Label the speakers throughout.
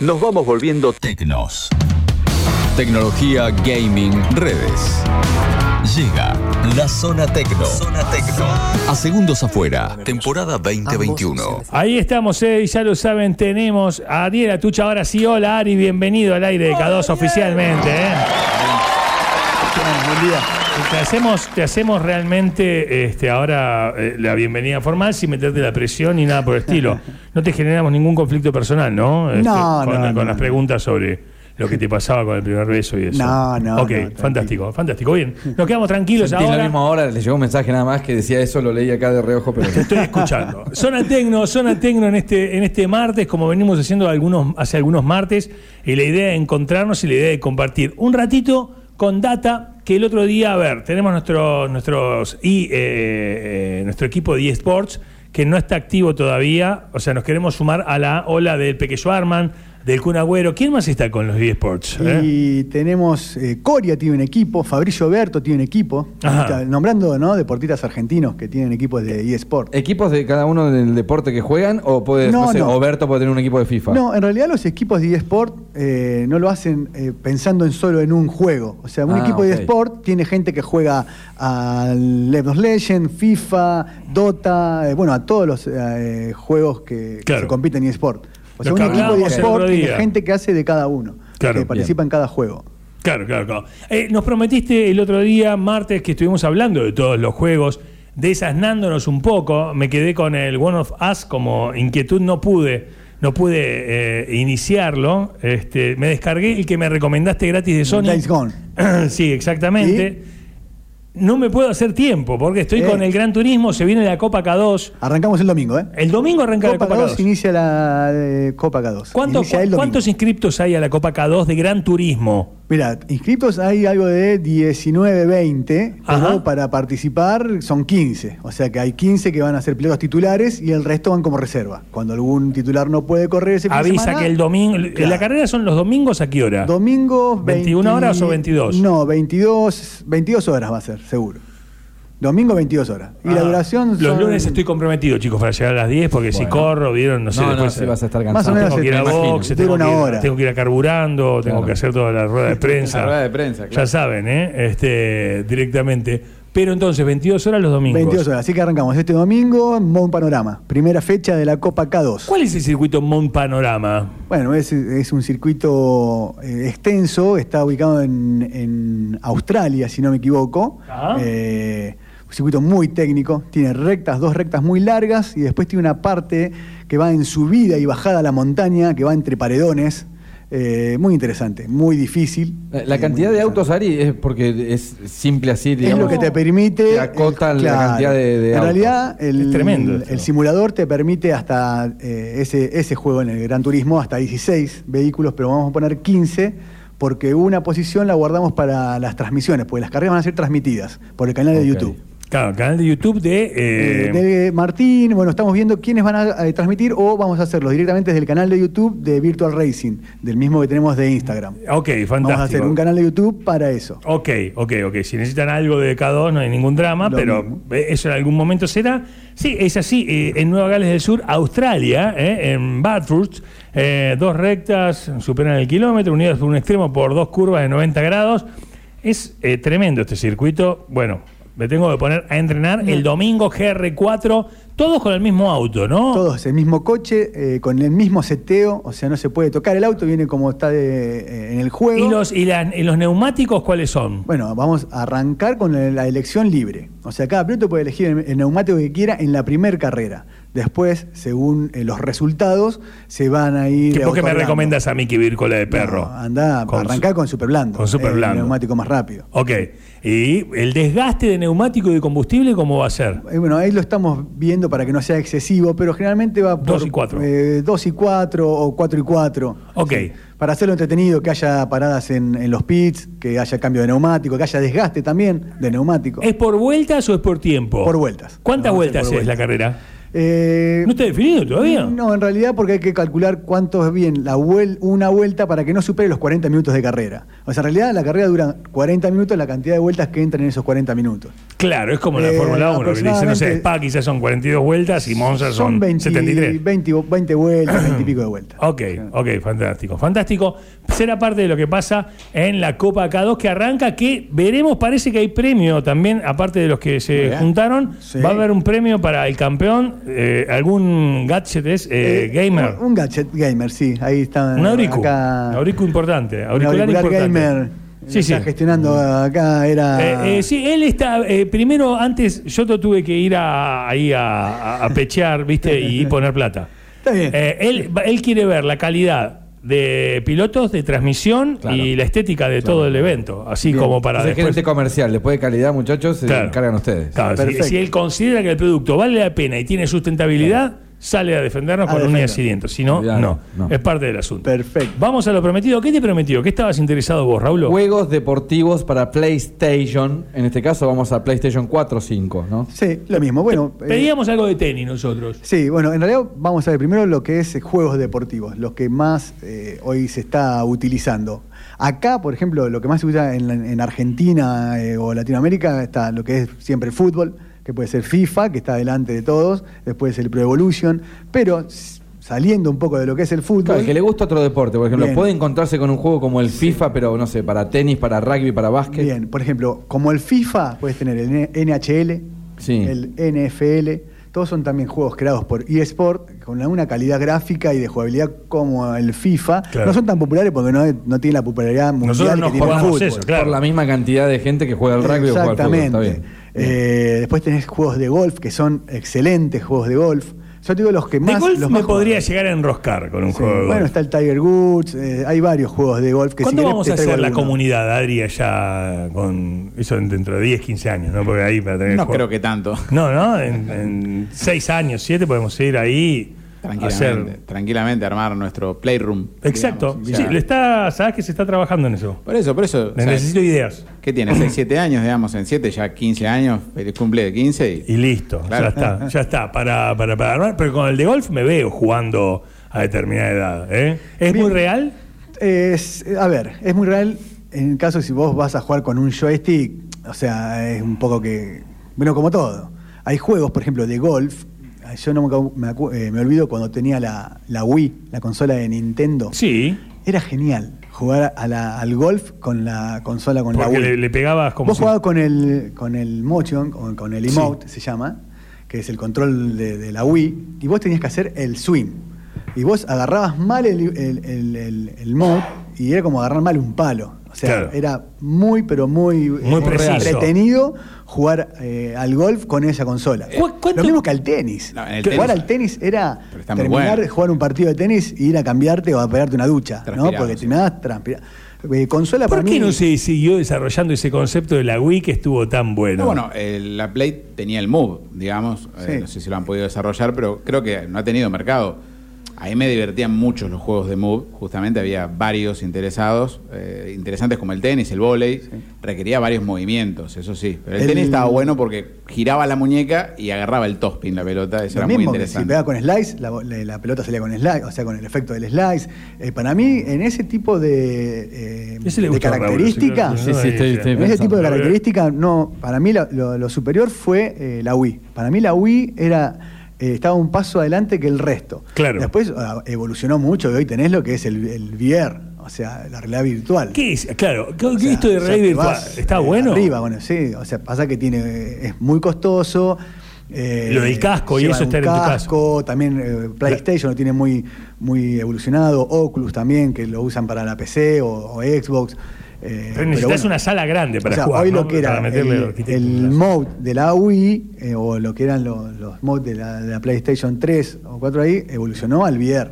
Speaker 1: nos vamos volviendo tecnos. Tecnología, gaming, redes. Llega la zona tecno. Zona tecno. A segundos afuera, temporada 2021.
Speaker 2: Ahí estamos, eh, y ya lo saben, tenemos a Ariel Atucha. Ahora sí, hola Ari, bienvenido al aire de K2 oficialmente. eh.
Speaker 3: Buen día.
Speaker 2: Te hacemos, te hacemos realmente este, ahora eh, la bienvenida formal sin meterte la presión ni nada por el estilo. No te generamos ningún conflicto personal, ¿no? Este,
Speaker 3: No,
Speaker 2: con,
Speaker 3: no,
Speaker 2: con
Speaker 3: no,
Speaker 2: las
Speaker 3: no.
Speaker 2: preguntas sobre lo que te pasaba con el primer beso y eso.
Speaker 3: No, no,
Speaker 2: Ok,
Speaker 3: no, tranquilo.
Speaker 2: fantástico, fantástico. Bien, nos quedamos
Speaker 3: Pues
Speaker 2: tranquilos
Speaker 4: Sentí
Speaker 2: ahora.
Speaker 4: lo mismo ahora, le llegó un mensaje nada más que decía eso, lo leí acá de reojo, pero.
Speaker 2: Te estoy escuchando. Zona Tecno, Zona Tecno en este, en este martes, como venimos haciendo algunos, hace algunos martes, y la idea de encontrarnos y la idea de compartir un ratito con data que el otro día, a ver, tenemos nuestro, nuestros, y, eh, eh, nuestro equipo de eSports que no está activo todavía, o sea, nos queremos sumar a la ola del Pequeño Arman, del Kun Agüero. ¿Quién más está con los eSports? eh?
Speaker 3: Y tenemos, eh, Coria tiene un equipo, Fabricio Berto tiene un equipo,
Speaker 2: Ajá.
Speaker 3: Está nombrando ¿no? deportistas argentinos que tienen equipos de eSport.
Speaker 4: ¿Equipos de cada uno del deporte que juegan? ¿O puede, no,
Speaker 3: No,
Speaker 4: sé,
Speaker 3: no.
Speaker 4: o Berto puede tener un equipo de FIFA?
Speaker 3: No, en realidad los equipos de eSport eh, no lo hacen eh, pensando en solo en un juego. O sea, un
Speaker 4: Ah,
Speaker 3: equipo
Speaker 4: ok.
Speaker 3: de eSport tiene gente que juega al League of Legends, FIFA, Dota, eh, bueno, a todos los eh, juegos que, que
Speaker 2: Claro.
Speaker 3: se compiten en eSport.
Speaker 2: Lo
Speaker 3: O sea,
Speaker 2: que
Speaker 3: un equipo de
Speaker 2: hablábamos el
Speaker 3: eSport
Speaker 2: otro
Speaker 3: tiene
Speaker 2: día.
Speaker 3: gente que hace de cada uno,
Speaker 2: Claro,
Speaker 3: que participa en cada juego.
Speaker 2: Claro, claro, claro. Eh, nos prometiste el otro día, martes, que estuvimos hablando de todos los juegos, desasnándonos un poco. Me quedé con el One of Us como inquietud, no pude, no pude eh, iniciarlo. Este, me descargué el que me recomendaste gratis de Sony.
Speaker 3: Days Gone.
Speaker 2: sí, exactamente. No me puedo hacer tiempo porque estoy
Speaker 3: Eh.
Speaker 2: con el Gran Turismo, se viene la Copa K2.
Speaker 3: Arrancamos el domingo, ¿eh?
Speaker 2: El domingo arranca
Speaker 3: Copa
Speaker 2: la Copa
Speaker 3: K2
Speaker 2: K2.
Speaker 3: inicia la eh, Copa K2.
Speaker 2: ¿Cuánto-
Speaker 3: Inicia el domingo.
Speaker 2: ¿Cuántos inscriptos hay a la Copa K2 de Gran Turismo?
Speaker 3: Mira, inscriptos hay algo de 19, 20,
Speaker 2: Ajá.
Speaker 3: pero para participar son 15. O sea que hay 15 que van a ser pilotos titulares y el resto van como reserva. Cuando algún titular no puede correr ese fin de
Speaker 2: Avisa
Speaker 3: semana,
Speaker 2: que el domingo. ¿La
Speaker 3: Claro.
Speaker 2: carrera son los domingos a qué hora?
Speaker 3: Domingos
Speaker 2: 21 horas o 22?
Speaker 3: No, 22, 22 horas va a ser, seguro. Domingo 22 horas. Y la
Speaker 2: Ah,
Speaker 3: duración
Speaker 2: Los
Speaker 3: son-
Speaker 2: lunes estoy comprometido, chicos, para llegar a las 10, porque si
Speaker 4: Bueno.
Speaker 2: corro, vieron, no sé.
Speaker 4: no, no,
Speaker 2: después,
Speaker 4: sí vas a estar cansado.
Speaker 3: Más o menos
Speaker 2: Tengo que ir
Speaker 3: me
Speaker 2: a
Speaker 3: imagino.
Speaker 2: boxe,
Speaker 3: Dura
Speaker 2: tengo,
Speaker 3: una
Speaker 2: que ir,
Speaker 3: hora.
Speaker 2: tengo que ir a carburando, tengo
Speaker 4: Claro.
Speaker 2: que hacer toda la rueda de prensa.
Speaker 4: La rueda de prensa,
Speaker 2: Ya
Speaker 4: claro.
Speaker 2: saben, ¿eh? Este, directamente. Pero entonces, 22 horas los domingos.
Speaker 3: 22 horas. Así que arrancamos este domingo, Mon Panorama. Primera fecha de la Copa K2.
Speaker 2: ¿Cuál es el circuito Mont Panorama?
Speaker 3: Bueno, es, es un circuito eh, extenso, está ubicado en, en Australia, si no me equivoco.
Speaker 2: Ajá.
Speaker 3: Eh, un circuito muy técnico, tiene rectas, dos rectas muy largas y después tiene una parte que va en subida y bajada a la montaña, que va entre paredones. Eh, muy interesante, muy difícil.
Speaker 4: Eh, La
Speaker 3: Eh,
Speaker 4: cantidad
Speaker 3: muy interesante.
Speaker 4: de autos, Ari, es porque es simple así,
Speaker 3: Es
Speaker 4: digamos.
Speaker 3: lo que te permite.
Speaker 4: Te acota
Speaker 3: el-
Speaker 4: la
Speaker 3: claro.
Speaker 4: cantidad de, de
Speaker 3: En
Speaker 4: autos.
Speaker 3: realidad, el,
Speaker 2: Es tremendo esto.
Speaker 3: el simulador te permite hasta eh, ese, ese juego en el Gran Turismo, hasta 16 vehículos, pero vamos a poner 15, porque una posición la guardamos para las transmisiones, porque las carreras van a ser transmitidas por el canal de
Speaker 4: Ok.
Speaker 3: YouTube.
Speaker 2: Claro, canal de YouTube de. eh,
Speaker 3: Eh, de Martín, bueno, estamos viendo quiénes van a eh, transmitir o vamos a hacerlo directamente desde el canal de YouTube de Virtual Racing, del mismo que tenemos de Instagram.
Speaker 2: Ah, Ok, fantástico.
Speaker 3: Vamos a hacer un canal de YouTube para eso.
Speaker 2: Ok, ok, ok. Si necesitan algo de K2 no hay ningún drama,
Speaker 3: Lo
Speaker 2: pero
Speaker 3: mismo.
Speaker 2: eh, eso en algún momento será. Sí, es así. eh, en Nueva Gales del Sur, Australia, eh, en Bathurst, eh, dos rectas superan el kilómetro, unidas por un extremo por dos curvas de 90 grados. Es eh, tremendo este circuito. Bueno, me tengo que poner a entrenar el domingo GR4, todos con el mismo auto, ¿no?
Speaker 3: Todos el mismo coche, eh, con el mismo seteo, o sea, no se puede tocar. El auto viene como está de- eh, en el juego.
Speaker 2: ¿Y los, y, la- y los neumáticos cuáles son?
Speaker 3: Bueno, vamos a arrancar con el- la elección libre. O sea, cada piloto puede elegir el, el neumático que quiera en la primera carrera. Después, según eh, los resultados, se van a ir.
Speaker 2: ¿Qué, ¿Por qué me
Speaker 3: otorgando.
Speaker 2: recomendas a mí que vírcola de perro?
Speaker 3: No, anda,
Speaker 2: Con su-
Speaker 3: arrancar con super blando.
Speaker 2: con super
Speaker 3: eh,
Speaker 2: blando.
Speaker 3: El neumático más rápido.
Speaker 2: Ok. ¿Y el desgaste de neumático y de combustible cómo va a ser?
Speaker 3: Eh, bueno, ahí lo estamos viendo para que no sea excesivo, pero generalmente va por.
Speaker 2: Dos y cuatro.
Speaker 3: 2 y 4 o 4 y 4.
Speaker 2: Ok.
Speaker 3: Para hacerlo entretenido, que haya paradas en, en los pits, que haya cambio de neumático, que haya desgaste también de neumático.
Speaker 2: ¿Es por vueltas o es por tiempo?
Speaker 3: Por vueltas.
Speaker 2: ¿Cuántas
Speaker 3: No, va a ser
Speaker 2: vueltas es
Speaker 3: por
Speaker 2: la
Speaker 3: vueltas.
Speaker 2: carrera?
Speaker 3: Eh,
Speaker 2: ¿No está definido todavía?
Speaker 3: No, en realidad porque hay que calcular cuánto es bien la vuel- una vuelta para que no supere los 40 minutos de carrera. O sea, en realidad la carrera dura 40 minutos, la cantidad de vueltas que entran en esos 40 minutos.
Speaker 2: Claro, es como la
Speaker 3: Eh,
Speaker 2: Fórmula 1, que dice, no sé,
Speaker 3: aproximadamente-
Speaker 2: Spa quizás son 42 vueltas y Monza son, 73.
Speaker 3: 20, 20 vueltas, 20 y pico de vueltas.
Speaker 2: Ok, ok, fantástico. Fantástico. Será parte de lo que pasa en la Copa K2 que arranca, que veremos, parece que hay premio también, aparte de los que se
Speaker 3: Mirá.
Speaker 2: juntaron.
Speaker 3: Sí.
Speaker 2: Va a haber un premio para el campeón, eh, algún gadget es, eh,
Speaker 3: Eh,
Speaker 2: gamer.
Speaker 3: Un, un gadget gamer, sí. Ahí está.
Speaker 2: Un auricu.
Speaker 3: acá.
Speaker 2: Un auricu importante.
Speaker 3: un
Speaker 2: Auricular,
Speaker 3: auricular
Speaker 2: importante.
Speaker 3: gamer. Ah.
Speaker 2: Sí,
Speaker 3: Está
Speaker 2: sí.
Speaker 3: gestionando acá, era.
Speaker 2: Eh, eh, sí, él está. eh, primero, antes, yo te tuve que ir a- ahí a, a- a pechear, ¿viste? Y poner plata.
Speaker 3: Está bien.
Speaker 2: Eh, él, va- él quiere ver la calidad de pilotos, de transmisión
Speaker 4: Claro.
Speaker 2: y la estética de todo el evento. Así
Speaker 3: Bien.
Speaker 2: como para
Speaker 4: Ese es
Speaker 2: después.
Speaker 4: gerente comercial, después de calidad, muchachos, se
Speaker 2: Claro.
Speaker 4: encargan ustedes.
Speaker 2: Claro, si,
Speaker 3: Perfecto.
Speaker 2: si él considera que el producto vale la pena y tiene sustentabilidad, sale a defendernos
Speaker 3: A
Speaker 2: con un
Speaker 3: defender.
Speaker 2: accidente. Si no,
Speaker 4: Claro,
Speaker 2: no,
Speaker 4: no.
Speaker 2: Es parte del asunto.
Speaker 3: Perfecto.
Speaker 2: Vamos a lo prometido. ¿Qué te prometió? ¿Qué estabas interesado vos, Raúl?
Speaker 4: Juegos deportivos para PlayStation. En este caso vamos a PlayStation 4 o 5, ¿no?
Speaker 3: Sí, lo mismo. Bueno, eh,
Speaker 2: Pedíamos algo de tenis nosotros.
Speaker 3: sí, bueno, en realidad vamos a ver primero lo que es eh, juegos deportivos, los que más eh, hoy se está utilizando. Acá, por ejemplo, lo que más se usa en, la- en Argentina eh, o Latinoamérica está lo que es siempre el fútbol, que puede ser FIFA, que está delante de todos, después el Pro Evolution, pero s- saliendo un poco de lo que es el fútbol.
Speaker 4: Claro, el que le gusta otro deporte, por ejemplo,
Speaker 3: Bien.
Speaker 4: puede encontrarse con un juego como el FIFA, pero no sé, para tenis, para rugby, para básquet.
Speaker 3: Bien, por ejemplo, como el FIFA, puedes tener el NHL,
Speaker 4: Sí.
Speaker 3: el NFL, todos son también juegos creados por eSport, con una calidad gráfica y de jugabilidad como el FIFA.
Speaker 2: Claro.
Speaker 3: No son tan populares porque no, no tienen la popularidad
Speaker 2: Nosotros
Speaker 3: mundial
Speaker 2: no
Speaker 3: que tiene el
Speaker 2: jugamos
Speaker 3: fútbol.
Speaker 2: eso, claro.
Speaker 4: Por la misma cantidad de gente que juega al rugby o juega al fútbol.
Speaker 3: Exactamente.
Speaker 4: Está bien.
Speaker 3: Eh, después tenés juegos de golf, que son excelentes juegos de golf. Yo te digo los que más...
Speaker 2: de golf
Speaker 3: los
Speaker 2: me
Speaker 3: más
Speaker 2: podría
Speaker 3: jugados.
Speaker 2: llegar a enroscar con un
Speaker 3: Sí,
Speaker 2: juego de golf.
Speaker 3: Bueno, está el Tiger Woods, eh, hay varios juegos de golf que si
Speaker 2: ¿Cuándo
Speaker 3: querés
Speaker 2: vamos
Speaker 3: te
Speaker 2: a
Speaker 3: traigo
Speaker 2: hacer la
Speaker 3: alguno.
Speaker 2: comunidad, Adri, allá con eso en- dentro de 10, 15 años? ¿no? Porque ahí para tener
Speaker 5: No
Speaker 2: juego-
Speaker 5: creo que tanto.
Speaker 2: No, no, en, 6 años, 7 podemos ir ahí a
Speaker 5: Tranquilamente,
Speaker 2: hacer.
Speaker 5: tranquilamente armar nuestro playroom.
Speaker 2: Exacto.
Speaker 5: digamos.
Speaker 2: Sí,
Speaker 5: O sea,
Speaker 2: le está, sabes que se está trabajando en eso.
Speaker 5: Por eso, por eso. o sea,
Speaker 2: Necesito ideas.
Speaker 5: ¿Qué tiene? 6, 7 años, digamos, en 7, ya 15 años, eh, cumple de 15 y,
Speaker 2: Y listo,
Speaker 5: Claro.
Speaker 2: ya está, ya está, para, para, para armar. Pero con el de golf me veo jugando a determinada edad. ¿eh? ¿Es
Speaker 3: Bien.
Speaker 2: muy real?
Speaker 3: Es- a ver, es muy real en el caso si vos vas a jugar con un joystick, o sea, es un poco que. Bueno, como todo. Hay juegos, por ejemplo, de golf. Yo no me, acu- me acu- eh, me olvido cuando tenía la, la Wii, la consola de Nintendo.
Speaker 2: Sí.
Speaker 3: Era genial jugar a la- al golf con la consola, con la
Speaker 2: Porque
Speaker 3: Wii.
Speaker 2: le, le pegabas como.
Speaker 3: Vos
Speaker 2: si-
Speaker 3: jugabas con el, con el motion, con, con el emote, se llama, que es el control de, de la Wii, y vos tenías que hacer el swing. Y vos agarrabas mal el, el, el- el- el mode y era como agarrar mal un palo. O sea,
Speaker 2: Claro.
Speaker 3: era muy, pero muy,
Speaker 2: Muy
Speaker 3: eh,
Speaker 2: preciso.
Speaker 3: entretenido jugar eh, al golf con esa consola.
Speaker 2: ¿Cu- cuánto-
Speaker 3: Lo mismo que al tenis.
Speaker 5: Eh, No, en el
Speaker 3: Jugar
Speaker 5: tenis-
Speaker 3: al tenis era
Speaker 5: Pero está muy
Speaker 3: terminar,
Speaker 5: bueno.
Speaker 3: jugar un partido de tenis y ir a cambiarte o a pegarte una ducha, ¿no?
Speaker 5: Transpirado,
Speaker 3: Porque
Speaker 5: sí.
Speaker 3: terminabas transpirando. consola
Speaker 2: ¿Por
Speaker 3: para
Speaker 2: qué
Speaker 3: mí-
Speaker 2: no se siguió desarrollando ese concepto de la Wii que estuvo tan bueno?
Speaker 5: No, bueno, eh, la Play tenía el Move, digamos. eh,
Speaker 3: Sí.
Speaker 5: no sé si lo han podido desarrollar, pero creo que no ha tenido mercado. Ahí me divertían mucho los juegos de Move. Justamente había varios interesados, eh, interesantes como el tenis, el vóley. Requería varios movimientos, eso sí. Pero el,
Speaker 3: El-
Speaker 5: tenis estaba bueno porque giraba la muñeca y agarraba el topspin la pelota. Eso
Speaker 3: Lo
Speaker 5: era muy
Speaker 3: mismo, que si
Speaker 5: interesante.
Speaker 3: pegaba con slice, la, la- la pelota salía con slice, o sea, con el efecto del slice. Eh, para mí, en ese tipo de, eh,
Speaker 2: Ese le
Speaker 3: de
Speaker 2: gusta a Raúl,
Speaker 3: características,
Speaker 2: ese creo que-
Speaker 4: Sí, sí, estoy-
Speaker 2: Ahí,
Speaker 4: estoy-
Speaker 3: en ese
Speaker 4: pensando.
Speaker 3: tipo de
Speaker 2: Raúl.
Speaker 3: características, no, para mí la- lo, lo superior fue eh, la Wii. Para mí la Wii era eh, estaba un paso adelante que el resto.
Speaker 2: Claro.
Speaker 3: Después ah, evolucionó mucho y hoy tenés lo que es el, el VR, o sea, la realidad virtual.
Speaker 2: ¿Qué es? Claro, ¿qué-
Speaker 3: O
Speaker 2: qué
Speaker 3: sea,
Speaker 2: esto de
Speaker 3: ya
Speaker 2: Rey
Speaker 3: te
Speaker 2: virtual?
Speaker 3: vas,
Speaker 2: ¿Está
Speaker 3: eh,
Speaker 2: bueno?
Speaker 3: Arriba, bueno, sí. O sea, pasa que tiene eh, es muy costoso. eh,
Speaker 2: Lo del casco y
Speaker 3: lleva
Speaker 2: eso
Speaker 3: un
Speaker 2: está en tu casa.
Speaker 3: casco, También eh, PlayStation lo tiene muy, muy evolucionado. Oculus también, que lo usan para la PC o, o Xbox. eh,
Speaker 2: Pero necesitas
Speaker 3: bueno.
Speaker 2: una sala grande para
Speaker 3: O sea,
Speaker 2: jugar.
Speaker 3: hoy
Speaker 2: ¿no?
Speaker 3: lo que era
Speaker 2: Para meterle
Speaker 3: el,
Speaker 2: arquitectura.
Speaker 3: el mode de la Wii eh, o lo que eran lo- los mods de la, de la PlayStation 3 o 4 ahí evolucionó al VR.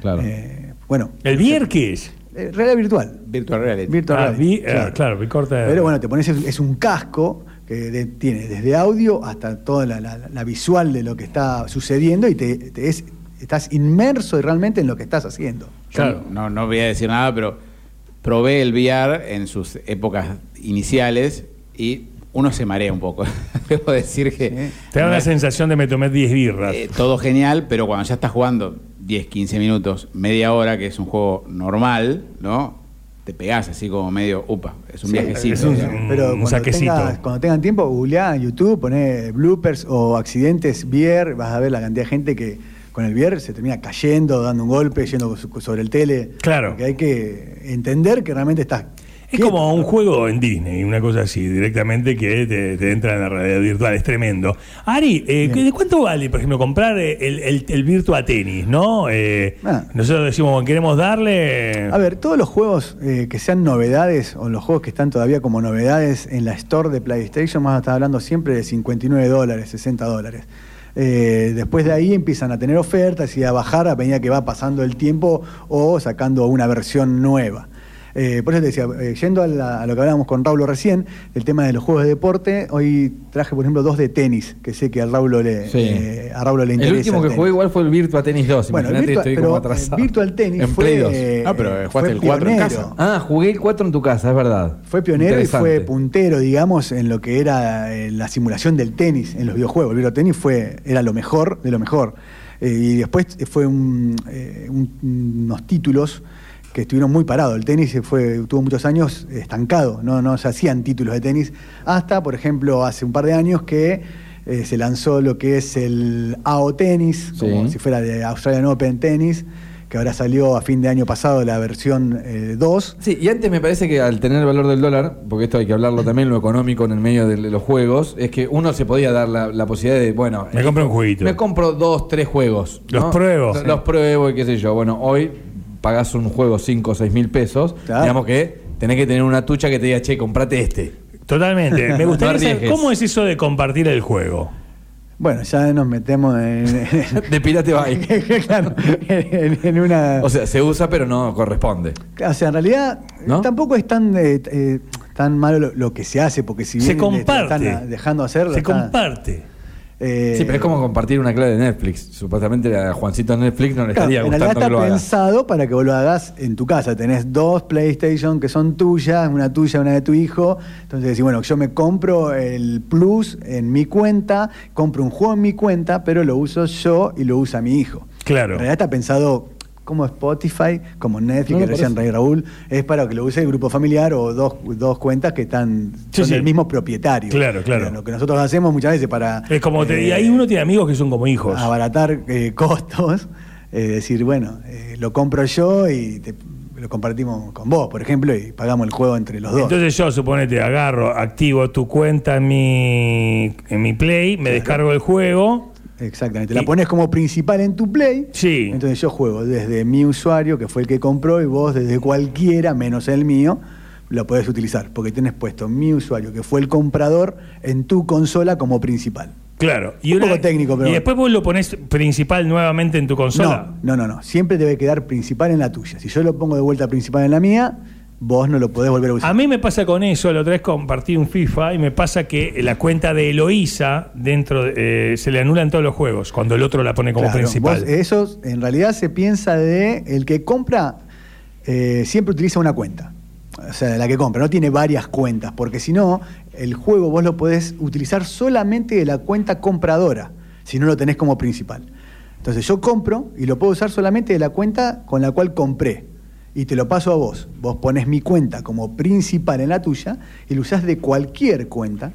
Speaker 4: Claro.
Speaker 3: Eh, bueno,
Speaker 2: ¿El VR qué es?
Speaker 3: eh, realidad virtual.
Speaker 5: Virtual Reality.
Speaker 3: Virtual
Speaker 2: Ah,
Speaker 3: reality,
Speaker 2: vi- eh, claro, vi corta de-
Speaker 3: Pero bueno, te pones, es un casco que de- tiene desde audio hasta toda la, la- la visual de lo que está sucediendo y te, te es- estás inmerso y realmente en lo que estás haciendo.
Speaker 5: Yo
Speaker 2: Claro.
Speaker 5: No, no voy a decir nada, pero probé el VR en sus épocas iniciales y uno se marea un poco. Debo decir que...
Speaker 2: Te da
Speaker 5: no
Speaker 2: una
Speaker 5: es-
Speaker 2: sensación de me tomé 10 birras.
Speaker 5: eh, todo genial, pero cuando ya estás jugando 10, 15 minutos, media hora, que es un juego normal, ¿no? te pegás así como medio, upa, es un
Speaker 3: Sí,
Speaker 5: viajecito.
Speaker 2: es un-
Speaker 5: digamos.
Speaker 3: Pero
Speaker 2: un
Speaker 3: cuando,
Speaker 2: saquecito.
Speaker 3: tengas- cuando tengan tiempo, googleá en YouTube, poné bloopers o accidentes Bier, vas a ver la cantidad de gente que con el Bier se termina cayendo, dando un golpe, yendo so- sobre el tele.
Speaker 2: Claro.
Speaker 3: Porque hay que entender que realmente estás.
Speaker 2: Es como un juego en Disney, una cosa así, directamente que te, te entra en la realidad virtual, es tremendo. Ari, eh, ¿de cuánto vale, por ejemplo, comprar eh, el, el, el Virtua Tenis, no? Eh,
Speaker 3: Ah.
Speaker 2: Nosotros decimos, queremos darle...
Speaker 3: A ver, todos los juegos eh, que sean novedades o los juegos que están todavía como novedades en la store de PlayStation, más estar hablando siempre de 59 dólares, 60 dólares. Eh, después de ahí empiezan a tener ofertas y a bajar a medida que va pasando el tiempo o sacando una versión nueva. Eh, por eso te decía, eh, yendo a, la- a lo que hablábamos con Raulo recién, el tema de los juegos de deporte, hoy traje, por ejemplo, dos de tenis, que sé que a Raulo le,
Speaker 4: Sí.
Speaker 3: eh, a Raulo le interesa.
Speaker 4: el último que
Speaker 3: tenis.
Speaker 4: jugué igual fue el Virtua Tennis 2.
Speaker 3: Bueno, el
Speaker 4: Imagínate,
Speaker 3: virtua-
Speaker 4: estoy
Speaker 3: pero,
Speaker 4: como
Speaker 3: eh,
Speaker 4: atrasado.
Speaker 3: Virtual Tennis
Speaker 4: En
Speaker 3: fue,
Speaker 4: Play 2.
Speaker 3: eh,
Speaker 5: Ah, pero, eh,
Speaker 3: fue
Speaker 5: jugaste el cuatro en
Speaker 3: pionero.
Speaker 5: casa.
Speaker 4: Ah, jugué el 4 en tu casa, es verdad.
Speaker 3: Fue pionero y fue
Speaker 4: Interesante.
Speaker 3: puntero, digamos, en lo que era eh, la simulación del tenis en los videojuegos. El videotenis fue, era lo mejor de lo mejor. Eh, y después fue un, eh, un- unos títulos que estuvieron muy parados. El tenis fue, tuvo muchos años estancado, no, no se hacían títulos de tenis. Hasta, por ejemplo, hace un par de años que eh, se lanzó lo que es el AO Tennis, como
Speaker 4: Sí.
Speaker 3: si fuera de Australian Open Tennis, que ahora salió a fin de año pasado la versión eh, 2.
Speaker 4: Sí, y antes me parece que al tener el valor del dólar, porque esto hay que hablarlo también, lo económico en el medio de los juegos, es que uno se podía dar la, la posibilidad de, bueno,
Speaker 2: Me
Speaker 4: eh,
Speaker 2: compro un jueguito.
Speaker 4: Me compro dos, tres juegos.
Speaker 2: Los pruebo.
Speaker 4: Los, los pruebo y qué sé yo. Bueno, hoy pagás un juego 5 o 6 mil pesos,
Speaker 3: Claro.
Speaker 4: digamos que tenés que tener una tucha que te diga, che, comprate este.
Speaker 2: Totalmente. Me gustaría
Speaker 4: No
Speaker 2: saber,
Speaker 4: arriesgues.
Speaker 2: ¿cómo es eso de compartir el juego?
Speaker 3: Bueno, ya nos metemos en, en-
Speaker 4: De pirate bike.
Speaker 3: claro, en- en una...
Speaker 4: O sea, se usa pero no corresponde.
Speaker 3: O sea, en realidad
Speaker 4: ¿No?
Speaker 3: tampoco es tan eh, eh, tan malo lo, lo que se hace, porque si bien
Speaker 2: Se
Speaker 3: le- le
Speaker 2: comparte.
Speaker 3: están ah, dejando hacer...
Speaker 2: Se
Speaker 3: está-
Speaker 2: comparte.
Speaker 3: eh,
Speaker 4: Sí, pero es como compartir una clave de Netflix. Supuestamente a Juancito Netflix no le
Speaker 3: claro,
Speaker 4: estaría
Speaker 3: en
Speaker 4: gustando
Speaker 3: realidad
Speaker 4: que
Speaker 3: está
Speaker 4: lo haga.
Speaker 3: pensado para que vos lo hagas en tu casa. Tenés dos PlayStation que son tuyas, una tuya, una de tu hijo. Entonces decís, bueno, yo me compro el Plus en mi cuenta, compro un juego en mi cuenta, pero lo uso yo y lo usa mi hijo.
Speaker 2: Claro.
Speaker 3: En realidad está pensado como Spotify, como Netflix,
Speaker 4: No,
Speaker 3: que
Speaker 4: me
Speaker 3: lo decían Rey Raúl, es para que lo use el grupo familiar o dos, dos cuentas que están
Speaker 2: Sí,
Speaker 3: son
Speaker 2: sí.
Speaker 3: del mismo propietario.
Speaker 2: Claro, claro.
Speaker 3: Eh, Lo que nosotros hacemos muchas veces para
Speaker 2: Es como te, y
Speaker 3: eh,
Speaker 2: ahí uno tiene amigos que son como hijos.
Speaker 3: abaratar eh, costos, eh, decir, bueno, eh, lo compro yo y te- lo compartimos con vos, por ejemplo, y pagamos el juego entre los dos.
Speaker 2: Entonces yo, suponete, agarro, activo tu cuenta en mi, en mi Play, me descargo el juego.
Speaker 3: Exactamente,
Speaker 2: Y-
Speaker 3: la pones como principal en tu play.
Speaker 2: Sí.
Speaker 3: Entonces yo juego desde mi usuario, que fue el que compró, y vos desde cualquiera, menos el mío, lo podés utilizar, porque tenés puesto mi usuario, que fue el comprador, en tu consola como principal.
Speaker 2: Claro. Y
Speaker 3: Un poco técnico, pero
Speaker 2: Y
Speaker 3: bueno.
Speaker 2: después vos lo pones principal nuevamente en tu consola.
Speaker 3: No, no, no, no. Siempre debe quedar principal en la tuya. Si yo lo pongo de vuelta principal en la mía, vos no lo podés volver a usar.
Speaker 2: A mí me pasa con eso, la otra vez compartí un FIFA y me pasa que la cuenta de Eloísa dentro de- eh, se le anulan todos los juegos cuando el otro la pone como
Speaker 3: Claro,
Speaker 2: principal.
Speaker 3: vos- eh, eso en realidad se piensa de el que compra eh, siempre utiliza una cuenta. O sea, la que compra, no tiene varias cuentas, porque si no, el juego vos lo podés utilizar solamente de la cuenta compradora, si no lo tenés como principal. Entonces yo compro y lo puedo usar solamente de la cuenta con la cual compré. Y te lo paso a vos. Vos pones mi cuenta como principal en la tuya y lo usás de cualquier cuenta.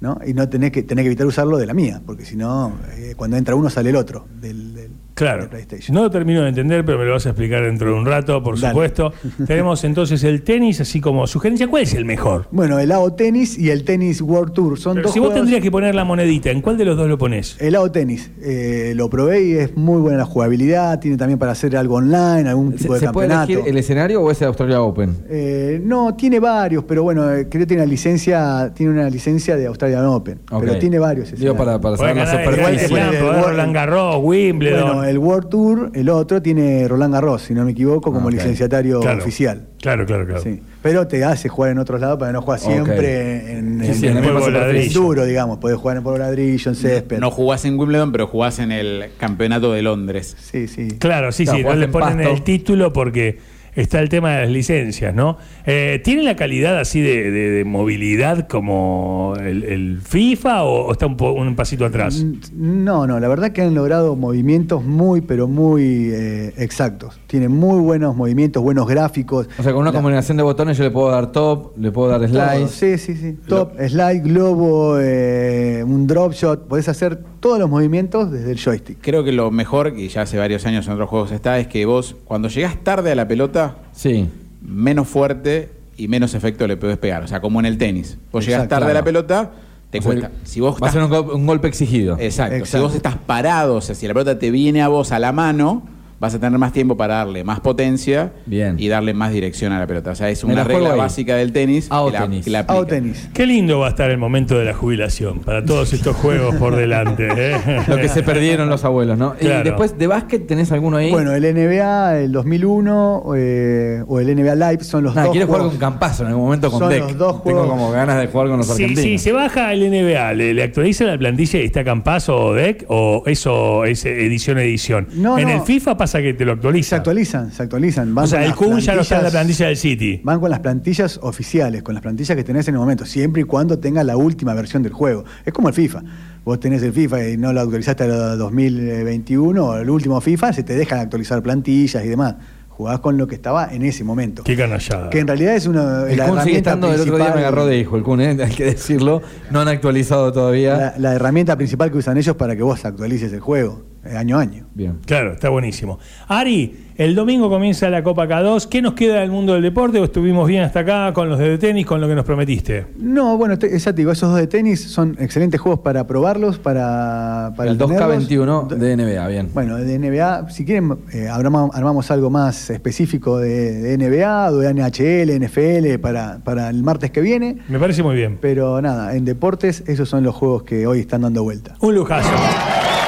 Speaker 3: ¿no? Y no tenés que, tenés que evitar usarlo de la mía, porque si no, eh, cuando entra uno sale el otro del, del-
Speaker 2: Claro.
Speaker 3: del PlayStation.
Speaker 2: No lo termino de entender, pero me lo vas a explicar dentro de un rato, por
Speaker 3: Dale.
Speaker 2: supuesto. Tenemos entonces el tenis, así como sugerencia, ¿cuál es el mejor?
Speaker 3: Bueno, el AO Tennis y el Tennis World Tour son
Speaker 2: Pero
Speaker 3: dos
Speaker 2: si vos
Speaker 3: juegos-
Speaker 2: tendrías que poner la monedita, ¿en cuál de los dos lo pones?
Speaker 3: El AO Tennis, eh, lo probé y es muy buena la jugabilidad, tiene también para hacer algo online, algún tipo
Speaker 4: ¿Se,
Speaker 3: de
Speaker 4: se puede
Speaker 3: campeonato.
Speaker 4: elegir el escenario o es el Australia Open?
Speaker 3: Eh, no, tiene varios, pero bueno, eh, creo que tiene una licencia, tiene una licencia de Australian Open,
Speaker 4: Ok.
Speaker 3: pero tiene varios.
Speaker 4: Digo,
Speaker 3: escenarios.
Speaker 4: para, para
Speaker 2: Podés
Speaker 4: saber la
Speaker 2: ganar el Grand
Speaker 4: superficie.
Speaker 3: Igual
Speaker 2: Slam,
Speaker 3: que-
Speaker 2: podés
Speaker 3: Bueno,
Speaker 2: ¿eh? Roland Garros, Wimbledon.
Speaker 3: Bueno, el World Tour, el otro tiene Roland Garros, si no me equivoco, como
Speaker 4: Ah, ok.
Speaker 3: licenciatario
Speaker 2: Claro.
Speaker 3: oficial.
Speaker 2: Claro, claro, claro.
Speaker 3: Sí, pero te hace jugar en otros lados para que no jugar
Speaker 4: Ok.
Speaker 3: siempre en,
Speaker 4: Sí,
Speaker 3: en-
Speaker 4: sí, en
Speaker 3: en
Speaker 4: la misma
Speaker 2: polvo
Speaker 4: superficie.
Speaker 2: ladrillo.
Speaker 3: duro, digamos. Podés jugar en polvo ladrillo, en césped.
Speaker 5: No jugás en Wimbledon, pero jugás en el campeonato de Londres.
Speaker 3: Sí, sí.
Speaker 2: Claro, sí,
Speaker 4: Claro,
Speaker 2: sí, no
Speaker 4: jugás
Speaker 2: le
Speaker 4: en
Speaker 2: ponen
Speaker 4: pasto.
Speaker 2: el título porque está el tema de las licencias, ¿no? Eh, ¿Tiene la calidad así de, de- de movilidad como el, el FIFA o, o está un, po- un pasito atrás?
Speaker 3: N- No, no, la verdad que han logrado movimientos muy, pero muy eh, exactos. Tienen muy buenos movimientos, buenos gráficos.
Speaker 4: O sea, con una
Speaker 3: La-
Speaker 4: combinación de botones yo le puedo dar top, le puedo dar
Speaker 3: Todo,
Speaker 4: slice.
Speaker 3: Sí, sí, sí. Top, slide, globo, eh, un drop shot. Podés hacer todos los movimientos desde el joystick.
Speaker 5: Creo que lo mejor, y ya hace varios años en otros juegos está, es que vos, cuando llegás tarde a la pelota,
Speaker 4: Sí.
Speaker 5: menos fuerte y menos efecto le podés pegar. O sea, como en el tenis. Vos llegás
Speaker 3: Exacto,
Speaker 5: tarde a la
Speaker 4: claro.
Speaker 5: pelota, te
Speaker 4: O sea,
Speaker 5: cuesta. si vos
Speaker 4: va a
Speaker 5: estás-
Speaker 4: ser un, gol- un golpe exigido.
Speaker 5: Exacto. Si
Speaker 3: Exacto.
Speaker 5: vos estás parado, o sea, si la pelota te viene a vos a la mano, vas a tener más tiempo para darle más potencia
Speaker 4: Bien.
Speaker 5: y darle más dirección a la pelota. O sea, es
Speaker 4: Me
Speaker 5: una
Speaker 4: la juego
Speaker 5: regla
Speaker 4: ahí.
Speaker 5: básica del tenis
Speaker 4: Ao
Speaker 5: que la,
Speaker 4: tenis.
Speaker 5: que la
Speaker 3: Ao
Speaker 5: aplica.
Speaker 3: tenis.
Speaker 2: Qué lindo va a estar el momento de la jubilación para todos estos juegos por delante. ¿eh?
Speaker 4: Lo que se perdieron los abuelos, ¿no?
Speaker 2: Claro.
Speaker 4: Y después de básquet tenés alguno ahí.
Speaker 3: Bueno, el NBA, el 2001 eh, o el NBA Live son los
Speaker 4: Nada,
Speaker 3: dos.
Speaker 4: quiero jugar
Speaker 3: juegos.
Speaker 4: con Campazo en algún momento con
Speaker 3: Son
Speaker 4: Beck.
Speaker 3: los dos
Speaker 4: Tengo
Speaker 3: juegos.
Speaker 4: como ganas de jugar con los
Speaker 2: Si,
Speaker 4: argentinos.
Speaker 2: si se baja el NBA, le, le actualiza la plantilla y está Campazo o Deck, o eso es edición a edición.
Speaker 3: No,
Speaker 2: en
Speaker 3: no.
Speaker 2: el FIFA pasa que te lo actualiza.
Speaker 3: Se actualizan, se actualizan. Van
Speaker 2: O sea,
Speaker 3: con
Speaker 2: el
Speaker 3: las
Speaker 2: Kun ya no está en la
Speaker 3: plantillas-
Speaker 2: plantilla del City.
Speaker 3: Van con las plantillas oficiales, con las plantillas que tenés en el momento, siempre y cuando tengas la última versión del juego. Es como el FIFA. Vos tenés el FIFA y no lo actualizaste a 2021, o el último FIFA, se te dejan actualizar plantillas y demás. Jugás con lo que estaba en ese momento.
Speaker 2: Qué canallada.
Speaker 3: Que en realidad es una. la
Speaker 4: El Kun sigue
Speaker 3: herramienta
Speaker 4: estando, el otro día me
Speaker 3: principal-
Speaker 4: agarró de hijo el Kun, ¿eh? hay que decirlo. No han actualizado todavía.
Speaker 3: La, la herramienta principal que usan ellos para que vos actualices el juego, eh, año a año.
Speaker 4: Bien.
Speaker 2: Claro, está buenísimo. Ari, el domingo comienza la Copa K2. ¿Qué nos queda del mundo del deporte? ¿O estuvimos bien hasta acá con los de tenis, con lo que nos prometiste?
Speaker 3: No, bueno, te- ya te digo, esos dos de tenis son excelentes juegos para probarlos, para, para
Speaker 4: el
Speaker 3: tenerlos.
Speaker 4: 2K21 de NBA, bien.
Speaker 3: Bueno, de NBA, si quieren, eh, armamos, armamos algo más específico de, de NBA, o de NHL, NFL, para, para el martes que viene.
Speaker 2: Me parece muy bien.
Speaker 3: Pero nada, en deportes, esos son los juegos que hoy están dando vuelta.
Speaker 2: Un lujazo.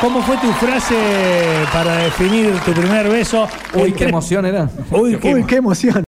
Speaker 2: ¿Cómo fue tu frase para definir tu primer beso?
Speaker 4: Uy,
Speaker 2: En
Speaker 4: qué
Speaker 2: tres-
Speaker 4: emoción era.
Speaker 2: Uy, qué
Speaker 3: Uy, qué emoción.